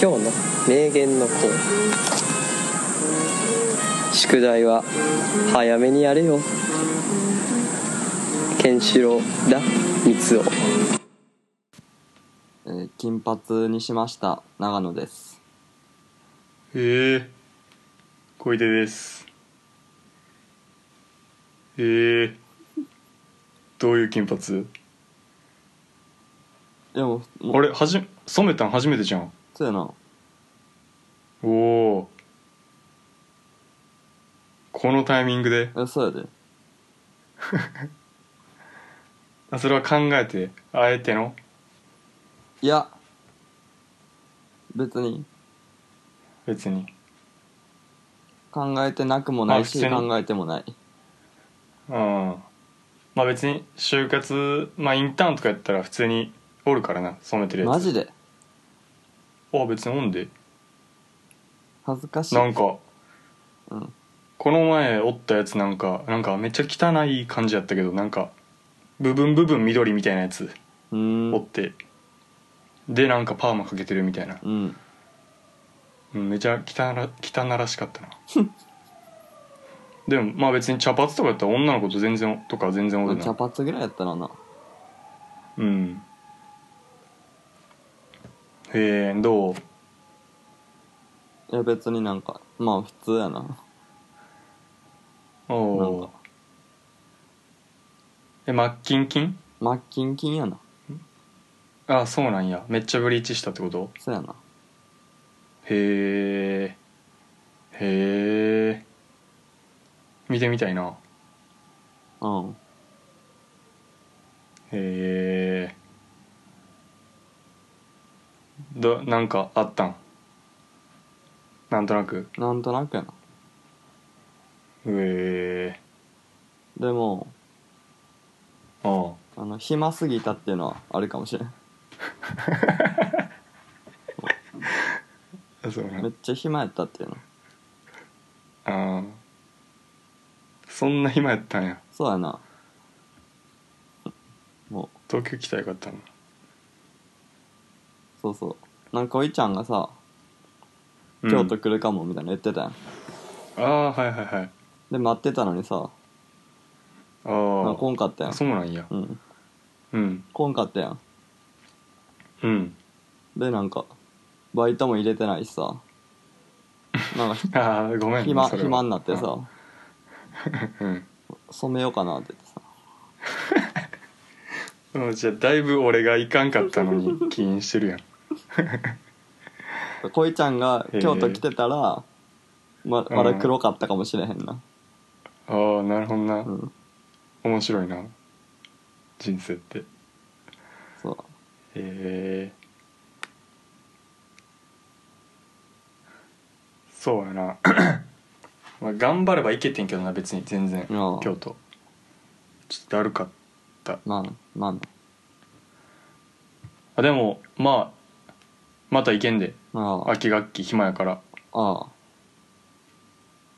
今日の名言のコーナー宿題は早めにやれよケンシロウだ三つえー金髪にしました長野ですええー、小出ですええー、どういう金髪でももあれはじ染めたん初めてじゃんそうやなおおこのタイミングでえそうやであそれは考えてあえてのいや別に別に考えてなくもないしまあ普通に考えてもないうんまあ別に就活まあインターンとかやったら普通におるからな染めてるやつマジであ別におんで恥ずかしいなんかうんこの前おったやつなんかなんかめっちゃ汚い感じやったけどなんか部分部分緑みたいなやつうおっーんて、でなんかパーマかけてるみたいな、うんうんめちゃ汚ら汚らしかったなでもまあ別に茶髪とかやったら女の子と全然とか全然おる茶な髪ぐらいやったらなうんへえどういや別になんかまあ普通やなおなおんかえマッキンキンマッキンキンやなあそうなんやめっちゃブリーチしたってことそうやなへえへえ見てみたいなうんへえどなんかあったんなんとなくなんとなくやなうえでもああの暇すぎたっていうのはあるかもしれんあそうなめっちゃ暇やったっていうのああそんな暇やったんやそうやなもう東京来たらよかったなそうそうなんかおいちゃんがさうん京都来るかもみたいなの言ってたやん、ああはいはいはいで待ってたのにさなんかあ来んかったやあんそうなんやうんうん来んかったやんうんでなんかバイトも入れてないしさなん かああごめんね暇それは暇になってさうん染めようかなって言ってさうんじゃあだいぶ俺がいかんかったのに起因してるやんこいちゃんが京都来てたらままだうん黒かったかもしれへんな、ああなるほどな、うん、面白いな人生ってへそうえそうやな まあ頑張ればいけてんけどな別に全然いやー京都ちょっとだるかったまあまあねあでもまあまた行けんでああ秋学期暇やからああ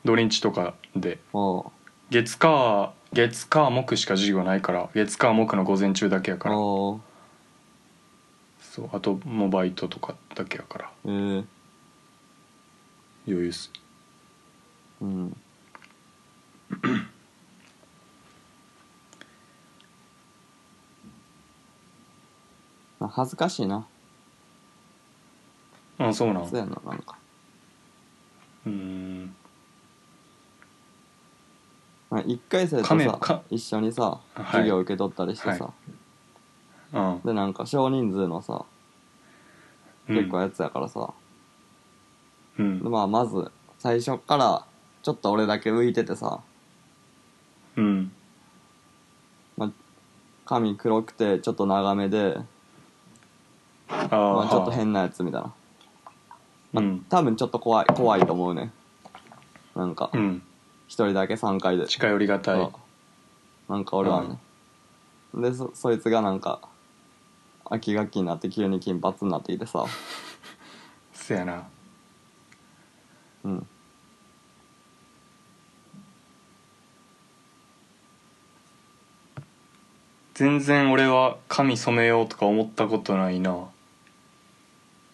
土日とかでお月火月火木しか授業ないから月火木の午前中だけやうからおうそうあともうバイトとかだけやからえー、余裕っすうんまあ恥ずかしいなあそうなんそうやななんか、うーんまあ、1回生と亀さか一緒にさはい授業受け取ったりしてさ、はうんでなんか少人数のさ結構やつやからさ、うん、でまあまず最初からちょっと俺だけ浮いててさうん髪黒くてちょっと長めで、あー、まあ、ちょっと変なやつみたいな、まあうん多分ちょっと怖い怖いと思うねなんかうん一人だけ3回で近寄りがたいそうなんか俺はね、でそそいつがなんか秋学期になって急に金髪になっていてさせやなうん全然俺は髪染めようとか思ったことないな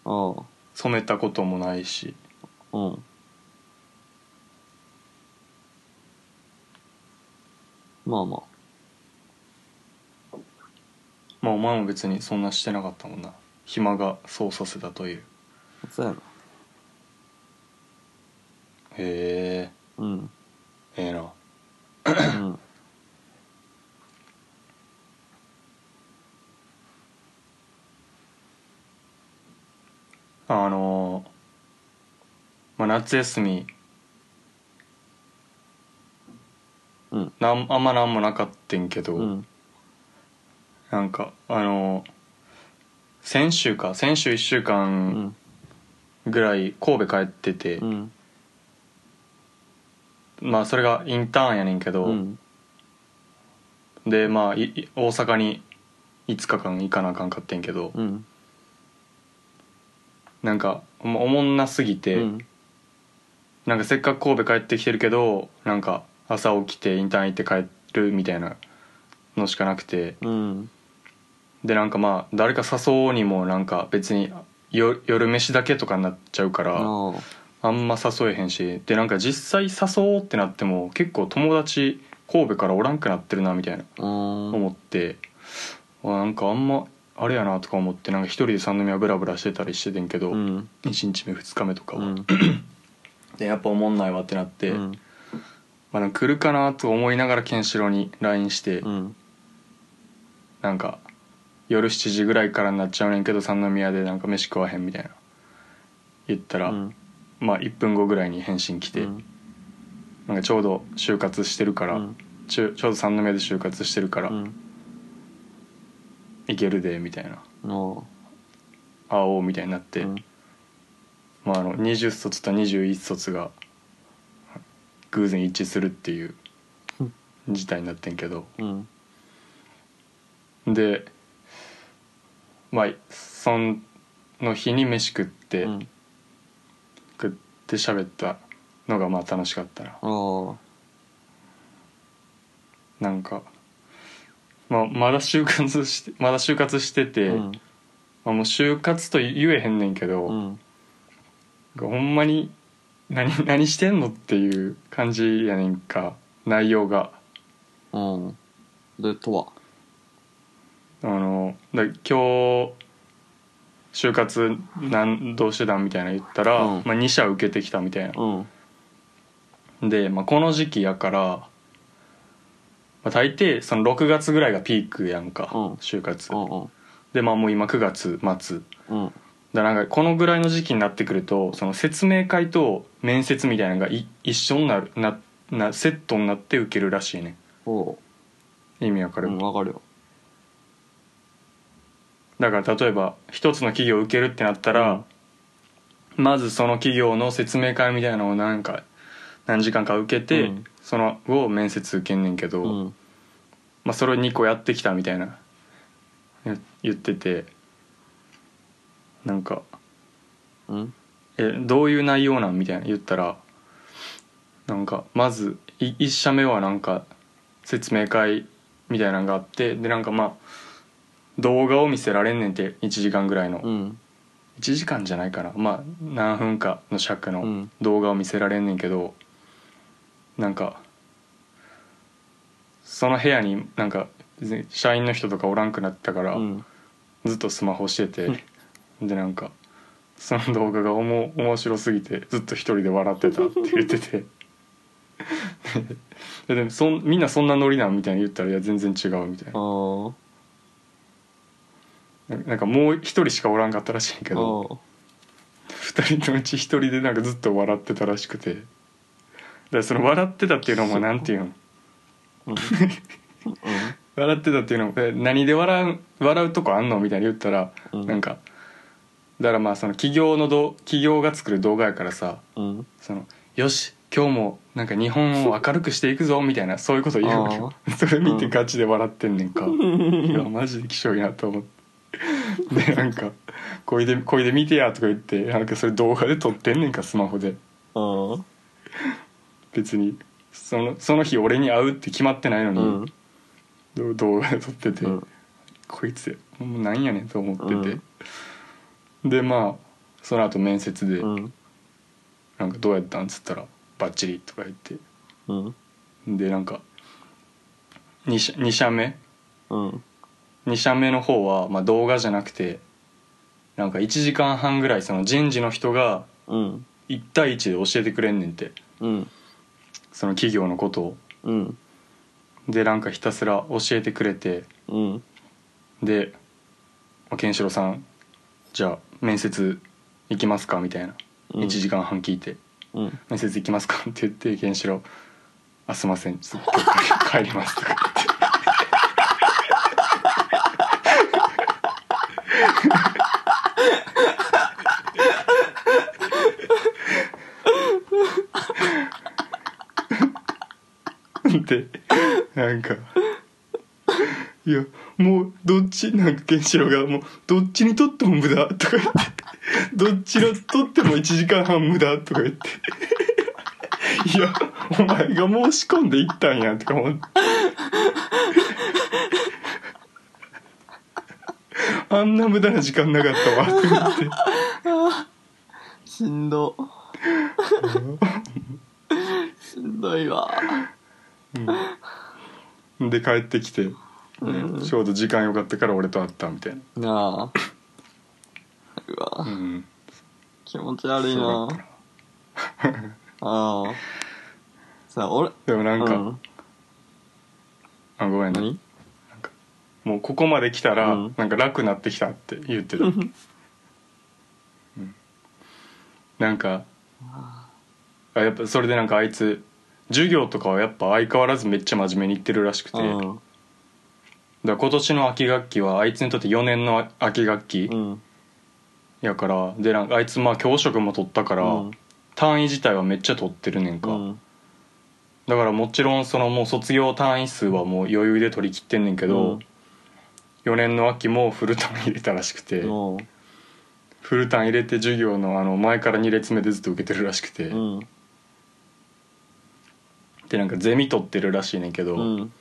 おう染めたこともないしうんまあままあお前も別にそんなしてなかったもんな暇がそうさせたというあそうやろへえうんええなうんあのーまあ、夏休みうんなんあんまなんもなかってんけど、うんなんかあのー先週か先週1週う間んぐらい神戸帰ってて、うんまあそれがインターンやねんけど、うんでまあいい大阪に5日間行かなあかんかってんけど、うんなんかおもおもんなすぎて、うんなんかせっかく神戸帰ってきてるけどなんか朝起きてインターン行って帰るみたいなのしかなくてうんでなんかまあ誰か誘うにもなんか別によ夜飯だけとかになっちゃうからあああんま誘えへんしでなんか実際誘おうってなっても結構友達神戸からおらんくなってるなみたいなうん思って、あなんかあんまあれやなとか思ってなんか一人で三宮ブラブラしてたりしててんけど、うん1日目2日目とかうは、んでやっぱおもんないわってなって、うんまあ、なんか来るかなと思いながらケンシロウに LINE して、うんなんか夜7時ぐらいからになっちゃうねんけど三宮でなんか飯食わへんみたいな言ったら、うんまあ1分後ぐらいに返信来て、うんなんかちょうど就活してるから、うんちょちょうど三宮で就活してるから、うん行けるでみたいなお会おうみたいになって、ーうんまあ、あの20卒と21卒が偶然一致するっていううん事態になってんけどうんでまあその日に飯食って、うん食って喋ったのがまあ楽しかったなおーなんか、まあ、まだ就活してまだ就活してて、うんまあ、もう就活と言えへんねんけど、うんほんまに何 何してんのっていう感じやねんか内容が。うんでとはあのだ今日就活何どうしてたんみたいな言ったら、うんまあ、2社受けてきたみたいうんなで、まあ、この時期やから、まあ、大抵その6月ぐらいがピークやんか、うん就活うんうんでまあもう今9月末うんだからなんかこのぐらいの時期になってくるとその説明会と面接みたいなのがい一緒になるななセットになって受けるらしいねおー意味わかうる、んわかるよだから例えば一つの企業を受けるってなったら、まずその企業の説明会みたいなのを何か何時間か受けて、うんその後面接受けんねんけど、うんまあ、それを2個やってきたみたいな言言っててなんかうん「えどういう内容なん?」みたいな言ったらなんかまず1社目はなんか説明会みたいなのがあってでなんかまあ動画を見せられんねんって1時間ぐらいの。うん1時間じゃないかなまあ何分かの尺うのん動画を見せられんねんけど、なんかその部屋になんか別に社員の人とかおらんくなったから、うんずっとスマホしてて、でなんかその動画がおも面白すぎてずっと一人で笑ってたって言って てででもそんみんなそんなノリなんみたいに言ったらいや全然違うみたいなおーなんかもう一人しかおらんかったらしいんやけど。おー2人のうち1人でなんかずっと笑ってたらしくてだからその笑ってたっていうのもなんていうのうん笑ってたっていうのもえ何で笑う笑うとこあんのみたいに言ったら、うんなんかだからまあその企業のど企業が作る動画やからさうんうんそのよし今日もなんか日本を明るくしていくぞみたいなそういうこと言うわけよ それ見てガチで笑ってんねんか、いやマジできしょいなと思ってでなんか「こいでこいで見てや」とか言ってなんかそれ動画で撮ってんねんかスマホでうん別にそのその日俺に会うって決まってないのうに、んど動画で撮ってて、うんこいつもうなんやねんと思ってて、うでまあその後面接でうん「なんかどうやったん?」っつったら「バッチリ」とか言ってうんでなんか 2, 社二社目うん2社目の方は、まあ、動画じゃなくてなんか1時間半ぐらいその人事の人がうん1対1で教えてくれんねんてうんその企業のことをうんでなんかひたすら教えてくれてうんでまあケンシロウさんじゃあ面接行きますかみたいな、うん1時間半聞いてうん面接行きますか って言ってケンシロウ「あすいませんちょっと今日帰り帰ります」とか言って でなんかいやもうどっちなんかケンシロウがもうどっちにとっても無駄とか言ってどっちのとっても1時間半無駄とか言っていやお前が申し込んでいったんやとか思ってあんな無駄な時間なかったわとか言ってしん どしんどいわうんで帰ってきて、ねちょうど時間良かったから俺と会ったみたいな、なあうわうん、気持ち悪いそうだなったな ああさあ俺でもなんか、うん、あごめんね何もうここまで来たら、うんなんか楽になってきたって言ってた、うんなんかあやっぱそれでなんかあいつ授業とかはやっぱ相変わらずめっちゃ真面目に言ってるらしくて、だかうら今年の秋学期はあいつにとって4年の秋学期んうんやから、でなんかあいつまあ教職も取ったから、うん単位自体はめっちゃ取ってるねんか、うんだからもちろんそのもう卒業単位数はもう余裕で取り切ってんねんけうど、ん4年の秋もフル単位入れたらしくて、もうフルタン入れて授業のあの前から2列目でずっと受けてるらしくて、うんでなんかゼミ取ってるらしいねんけど、うん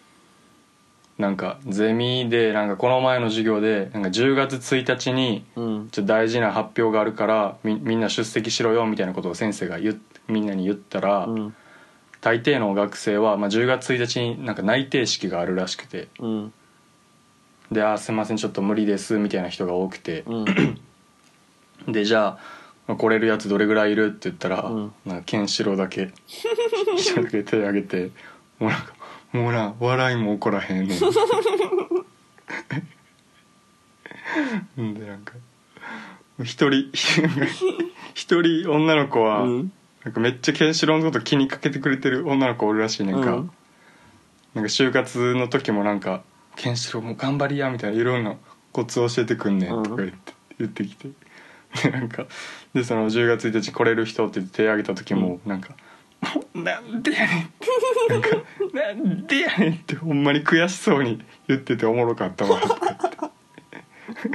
なんかゼミでなんかこの前の授業でなんか10月1日にうんちょっと大事な発表があるからみみんな出席しろよみたいなことを先生が言っみんなに言ったら、うん大抵の学生は、まあ、10月1日になんか内定式があるらしくてうんで「あーすいませんちょっと無理です」みたいな人が多くて、うんでじゃあ来れるやつどれぐらいいるって言ったら、うんなんかケンシロウだけ 一人だけ手挙げてもうなんかもうな笑いも起こらへんねん んでなんか一人一人女の子は、うんなんかめっちゃケンシロウのこと気にかけてくれてる女の子おるらしいねんか、うんなんか就活の時もなんか「ケンシロウもう頑張りや」みたいないろんなコツを教えてくんねんとか言って,、言ってきてでなんかでその10月1日来れる人って手挙げた時もなんか「もうなんでやねん」ってなんか「なんでやねん」ってほんまに悔しそうに言ってておもろかったわとか言って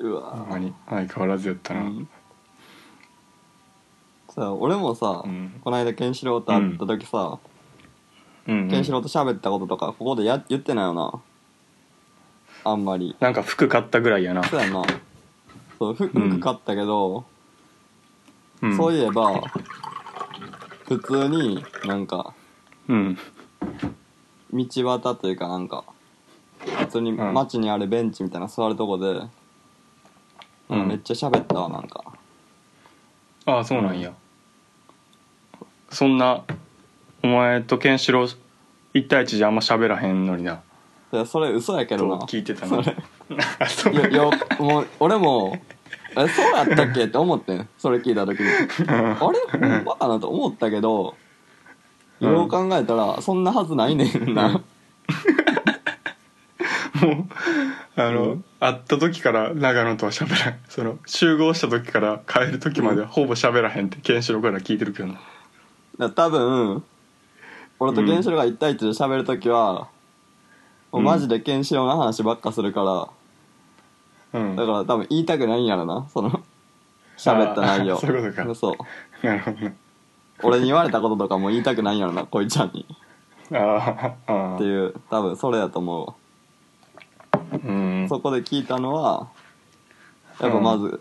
うほわん まに相変わらずやったな、うんさあ俺もさ、うんこの間ケンシロウと会った時さ、うんうんケンシロウと喋ったこととかここでや言ってないよなあんまりなんか服買ったぐらいやな、そうやんなそう服うん服買ったけど、うん、そうういえば普通になんかうん道端というかなんか普通にうん街にあるベンチみたいな座るとこで、うんなんかめっちゃ喋ったわなんかああそうなんや、そんなお前とケンシロウ一対一じゃあんま喋らへんのになでそれ嘘やけどなと聞いてたそなれあそうい やいやもう俺もえそうやったっけって思ってんそれ聞いた時にあれほんまかなと思ったけどうんよう考えたらそんなはずないねんなもうあの、会った時から長野とは喋らんその集合した時から帰る時まではほぼ喋らへんってケンシロウから聞いてるけどなだ から多分俺とケンシロウが1対1で喋る時は、んもうマジでケンシロウの話ばっかするから、うんだから多分言いたくないんやろなその喋った内容あーそういうことかそうなるほどな俺に言われたこととかも言いたくないんやろなこいちゃんにあーあってーいう多分それやと思うわうんそこで聞いたのはやっぱまず、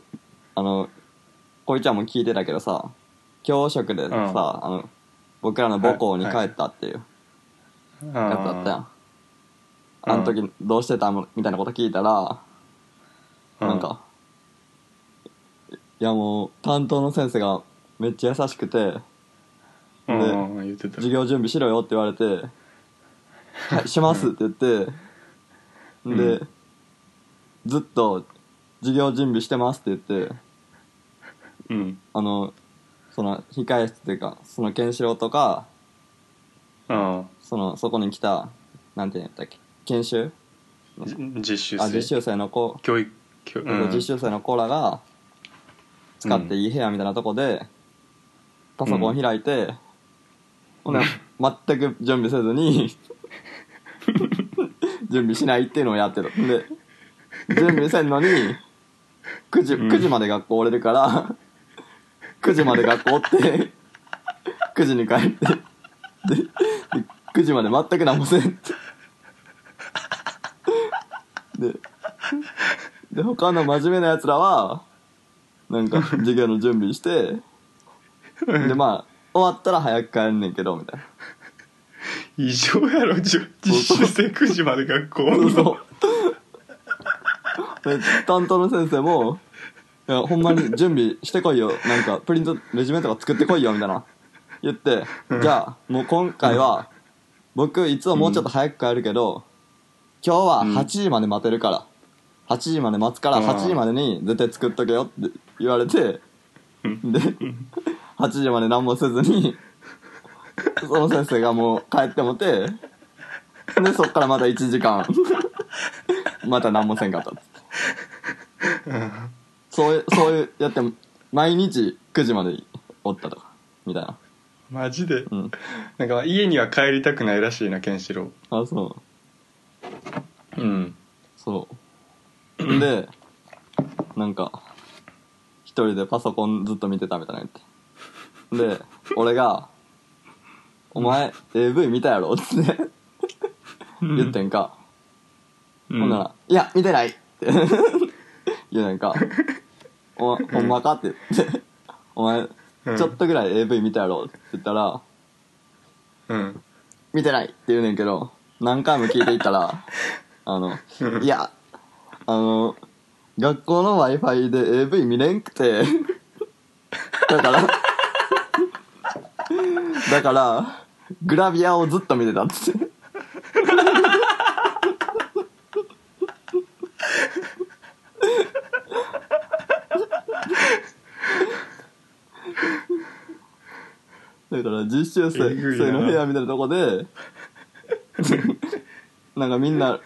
あのこいちゃんも聞いてたけどさ教職でさ、うんあの僕らの母校に帰ったっていうやつだったやん、うんあの時どうしてたのみたいなこと聞いたら、うんなんかいやもう担当の先生がめっちゃ優しくてうんでうんうん言ってた授業準備しろよって言われて「はいします」って言ってうんで、うんずっと「授業準備してます」って言ってうんあのその控え室っていうかそのケンシロウとかあそのそこに来たなんて言うんだっけ研修あじ実習あ生実習生の子、教育教うん実習生の子らが使っていい部屋みたいなとこでパソコン開いて、ほな全く準備せずに準備しないっていうのをやってるで準備せんのに9時 ,9 時まで学校折れるから9時まで学校おって9時に帰ってでで9時まで全く何もせんってでで他の真面目なやつらはなんか授業の準備してでまあ終わったら早く帰んねんけどみたいな異常やろじょ実習生9時まで学校そうそう で担当の先生もいやほんまに準備してこいよなんかプリントレジュメとか作ってこいよみたいな言ってじゃあもう今回は僕いつももうちょっと早く帰るけど、今日はうん8時まで待てるから8時まで待つからうん8時までに絶対作っとけよって言われてうんで8時まで何もせずにその先生がもう帰ってもてでそっからまた1時間また何もせんかったっつってうんそういうそういうやって毎日9時までおったとかみたいなマジでうんなんか家には帰りたくないらしいなケンシロあそうウうんそうでなんか一人でパソコンずっと見てたみたいな言ってで俺が「お前 AV 見たやろ?」っつって言ってんか、うんほんなら「いや見てない!」って言うねんか「お前ほんまか?」って言って「お前うんちょっとぐらい AV 見たやろ?」って言ったらうん「見てない!」って言うねんけど何回も聞いていったらあの「いやあの学校の w i f i で AV 見れんくてだからだからグラビアをずっと見てた」っつって。だから実習生えぐいな生の部屋みたいなとこでなんかみんな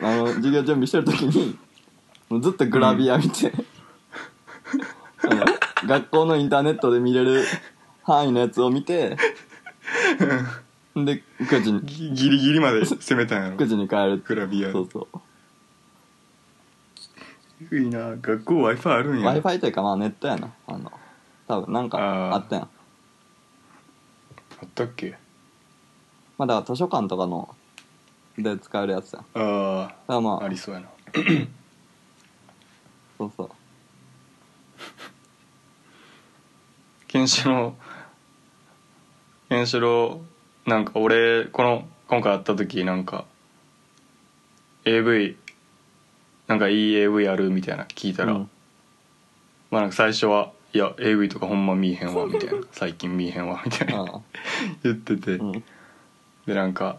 あの授業準備してる時にもうずっとグラビア見て、あの学校のインターネットで見れる範囲のやつを見てで9時にぎギリギリまで攻めた んや9ろ時に帰るグラビアそうそういいな学校 w i f i あるん w や i f i というかまあネットやなあの多分なんあかーあったやんあったっけまあだから図書館とかので使えるやつやんだかあらまああありそうやなそうそうケンシロウケンシロウなんか俺この今回会った時なんか AV なんかいい AV あるみたいな聞いたら、うんまあなんか最初は「いや AV とかほんま見えへんわ」みた いな「最近見えへんわ」みたいなあ言ってて、ーうんでなんか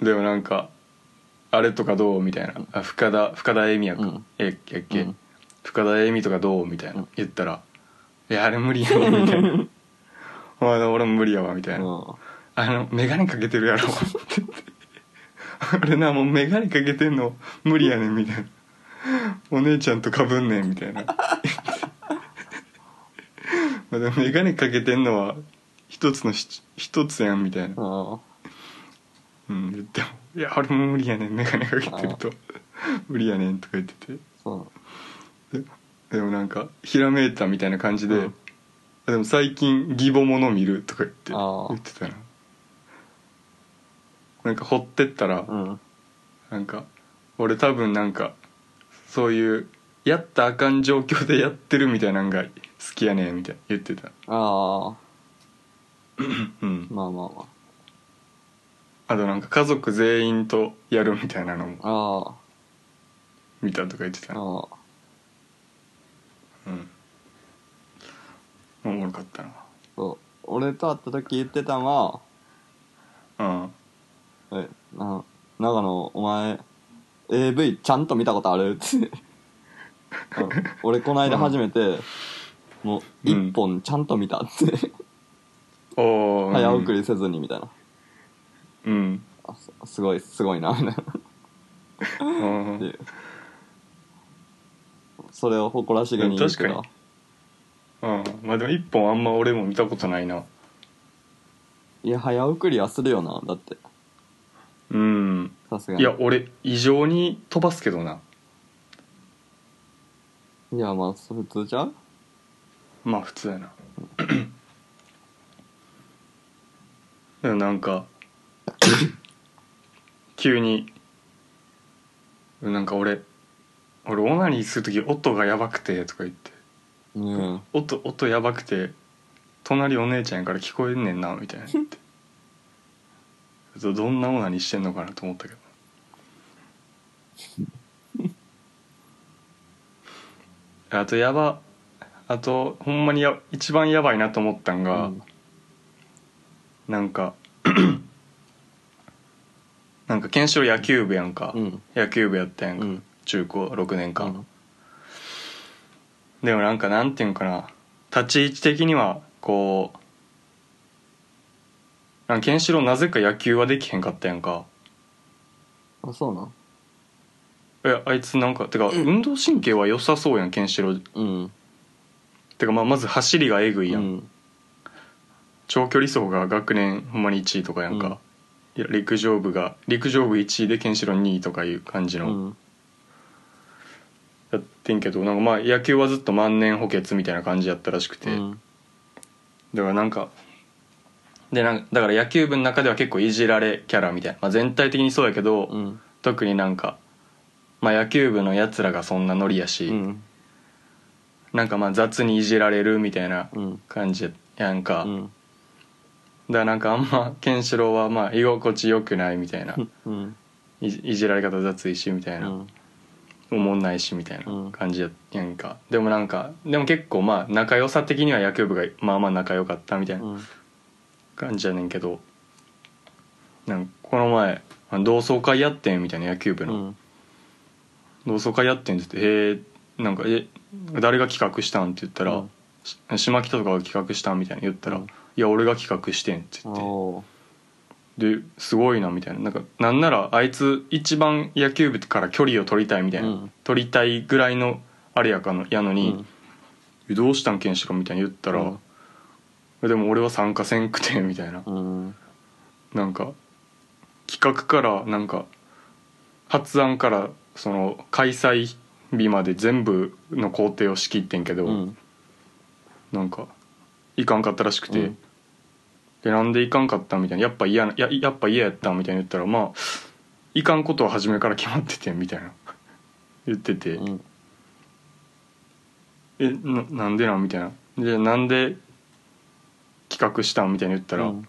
でもなんか「あれとかどう?」みたいな「あ深田深田恵美やか、うんえやっけ、うん深田恵美とかどう?」みたいな、うん言ったら「いやあれ無理やわ」みた いな「お前俺も無理やわ」みたいな、うあの眼鏡かけてるやろ」って言って俺なもう眼鏡かけてんの無理やねん」みたいな「お姉ちゃんとかぶんねん」みたいなまあでも眼鏡かけてんのは一つのし一つやんみたいなうんんうん、言っても「いや俺も無理やねん眼鏡かけてると無理やねん」とか言っててそうでもなんかひらめいたみたいな感じで「うんあでも最近義母もの見る」とか言ってあー言ってたななんか掘ってったら、うんなんか俺多分なんかそういうやったらあかん状況でやってるみたいなんが好きやねんみたいな言ってたあうんあまあまあまあとなんか家族全員とやるみたいなのもああ見たとか言ってたあなああうんおもろかったなそう俺と会った時言ってたんはうんえな長野お前 AV ちゃんと見たことあるって あの俺この間初めてもう一本ちゃんと見たっておお早送りせずにみたいなうんあすすごいすごいなみ たいなうんっていうそれを誇らしげに言うけうんど確うんまあでも一本あんま俺も見たことないないや早送りはするよなだってうんさすがいにや俺異常に飛ばすけどないやまあ普通じゃうまあ普通や なでもなんか 急になんか俺俺オナニーする時音がやばくてとか言ってうん音音やばくて隣お姉ちゃんやから聞こえんねんなみたいな言ってそうどんなオナニーしてんのかなと思ったけどあとやばあとほんまにや一番やばいなと思ったんが、うんなんかなんかケンシロウ野球部やんか、うん野球部やったやんうか、ん中高6年間、うんでもなんかなんていうんかな立ち位置的にはこうなんかケンシロウなぜか野球はできへんかったやんかあそうなんえあいつなんかてか運動神経は良さそうやんケンシロウうんてかまあまず走りがえぐいやん、うん長距離走が学年ほんまに1位とかやんか、いや陸上部が陸上部1位でケンシロウ2位とかいう感じうの、んやってんけどなんかまあ野球はずっと万年補欠みたいな感じやったらしくて、うんだからなんかでなんかだから野球部の中では結構いじられキャラみたいな、まあ、全体的にそうやけど、うん特になんか、まあ、野球部のやつらがそんなノリやし、うんなんかまあ雑にいじられるみたいなうん感じやんか、うだかんらなんかあんまケンシロウはまあ居心地よくないみたいな、うんいいじられ方雑いしみたいな、うんおもんないしみたいうんな感じややんか、でもなんかでも結構まあ仲良さ的には野球部がまあまあ仲良かったみたいなうん感じやねんけどなんかこの前あ同窓会やってんみたいな野球部うの、ん同窓会やってんって言って「へえなんかえ誰が企画したん?」って言ったらうん「し島北とかが企画したん?」みたいな言ったら「うんいや俺が企画してん」って言っおーて「ですごいな」みたいななんかなんならあいつ一番野球部から距離を取りたいみたいな、うん取りたいぐらいのあれやかのやのに「どうしたんケンシロウ」みたいに言ったらうん「でも俺は参加せんくて」みたいなうんなんか企画からなんか発案からその開催日まで全部の工程を仕切ってんけど、うんなんかいかんかったらしくて、うんでなんでいかんかったみたいなやっぱ嫌なややっぱ嫌やったみたいに言ったらまあいかんことは初めから決まっててみたいな 言ってて、うんえななんでなんみたいなでなんで企画したんみたいに言ったら、うん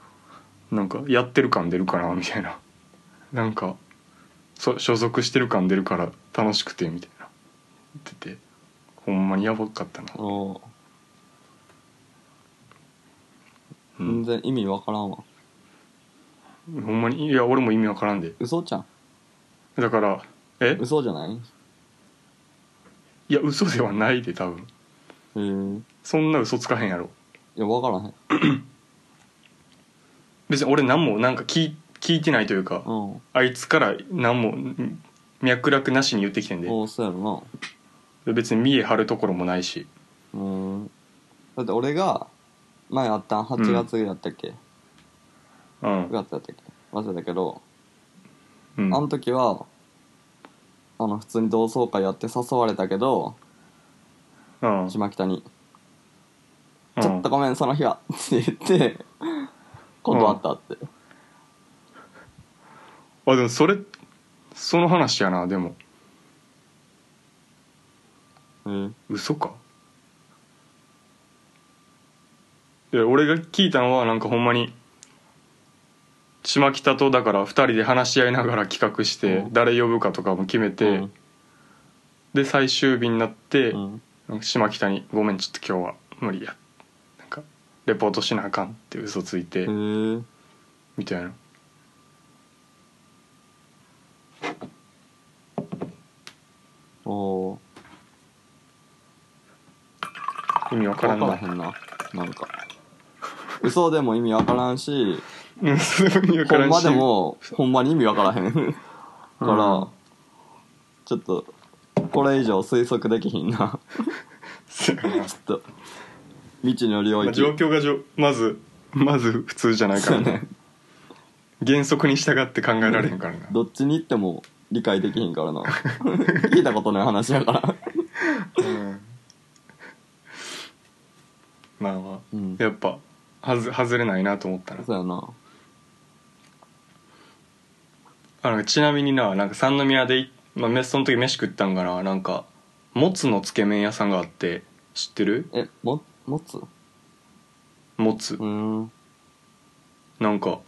なんかやってる感出るかなみたいななんかそ所属してる感出るから楽しくてみたいな言っててほんまにやばかったな、おーう全ん、然意味わからんわほんまにいや俺も意味わからんで嘘じゃんだからえ嘘じゃないへいや嘘ではないで多分えいそんな嘘つかへんやろやわからへん別に俺何もなんか聞い聞いてないというかうんあいつから何もん脈絡なしに言ってきてんでおーそうやろ別に見え張るところもないしなうんだって俺が前あったん8月やったっけうん9月やったっけ忘れたけどうんあの時はあの普通に同窓会やって誘われたけどうん島北に「うちょっんとごめんその日は」って言って断ったってあでもそれその話やなでもうん嘘かいや俺が聞いたのはなんかほんまに島北とだから2人で話し合いながら企画してうん誰呼ぶかとかも決めて、うんで最終日になって、うん島北に「ごめんちょっと今日は無理や」なんか「レポートしなあかん」って嘘ついて、へーみたいなおー意味わから分んからなへんななんか嘘でも意味わからんしうんそれも 意味わかほらんんしまでもほんまに意味わからへんから、うんちょっとこれ以上推測できひんなそうやなちょっと未知の領まあ状域況がじょまずまず普通じゃないかそうらね ね原則に従って考えられへんからなどっちに行っても理解できひん からな聞いたことない話やからうんまあまあ、うんやっぱはず外れないなと思ったなそうやなあなんかちなみにななんか三宮でい、まあ、めその時飯食ったんかななんかもつのつけ麺屋さんがあって知ってるえも持つうもつーんなんか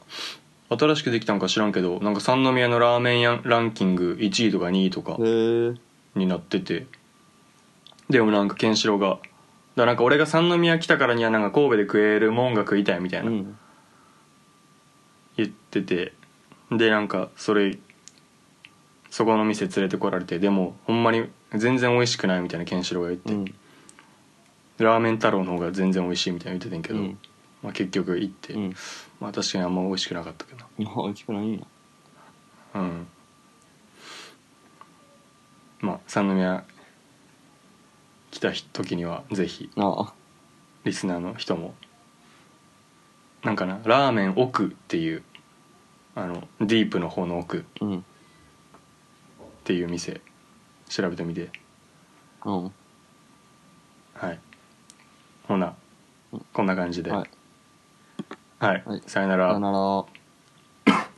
新しくできたんか知らんけどなんか三宮のラーメン屋ランキング1位とか2位とかへえになっててでもなんかケンシロウがだからなんか俺が三宮来たからにはなんか神戸で食えるもんが食いたいみたいな、うん言っててでなんかそれそこの店連れてこられてでもほんまに全然美味しくないみたいなケンシロウが言って、うんラーメン太郎の方が全然美味しいみたいな言っててんけど、うんまあ、結局行って、うんまあ確かにあんま美味しくなかったけどいや美味しくないんやうんまあ三宮来た時にはぜひあリスナーの人もなんかなラーメン奥っていうあのディープの方の奥あうんっていう店調べてみてうんはいほなこんな感じでははいい、はいさよなさらよなら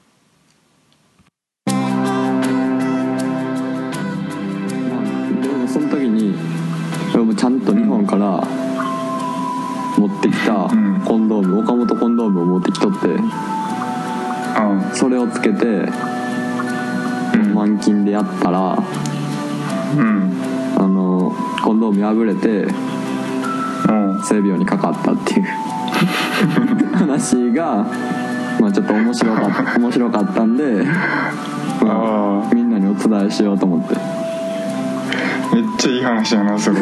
でもその時に俺もちゃんと日本から持ってきたんコンドーム、岡本コンドームを持ってきとってあそれをつけてうん満勤でやったらうんあのコンドーム破れてうん性病にかかったっていう話が、まあ、ちょっと面白かった面白かったんで、まああ、みんなにお伝えしようと思ってあめっちゃいい話やなそれ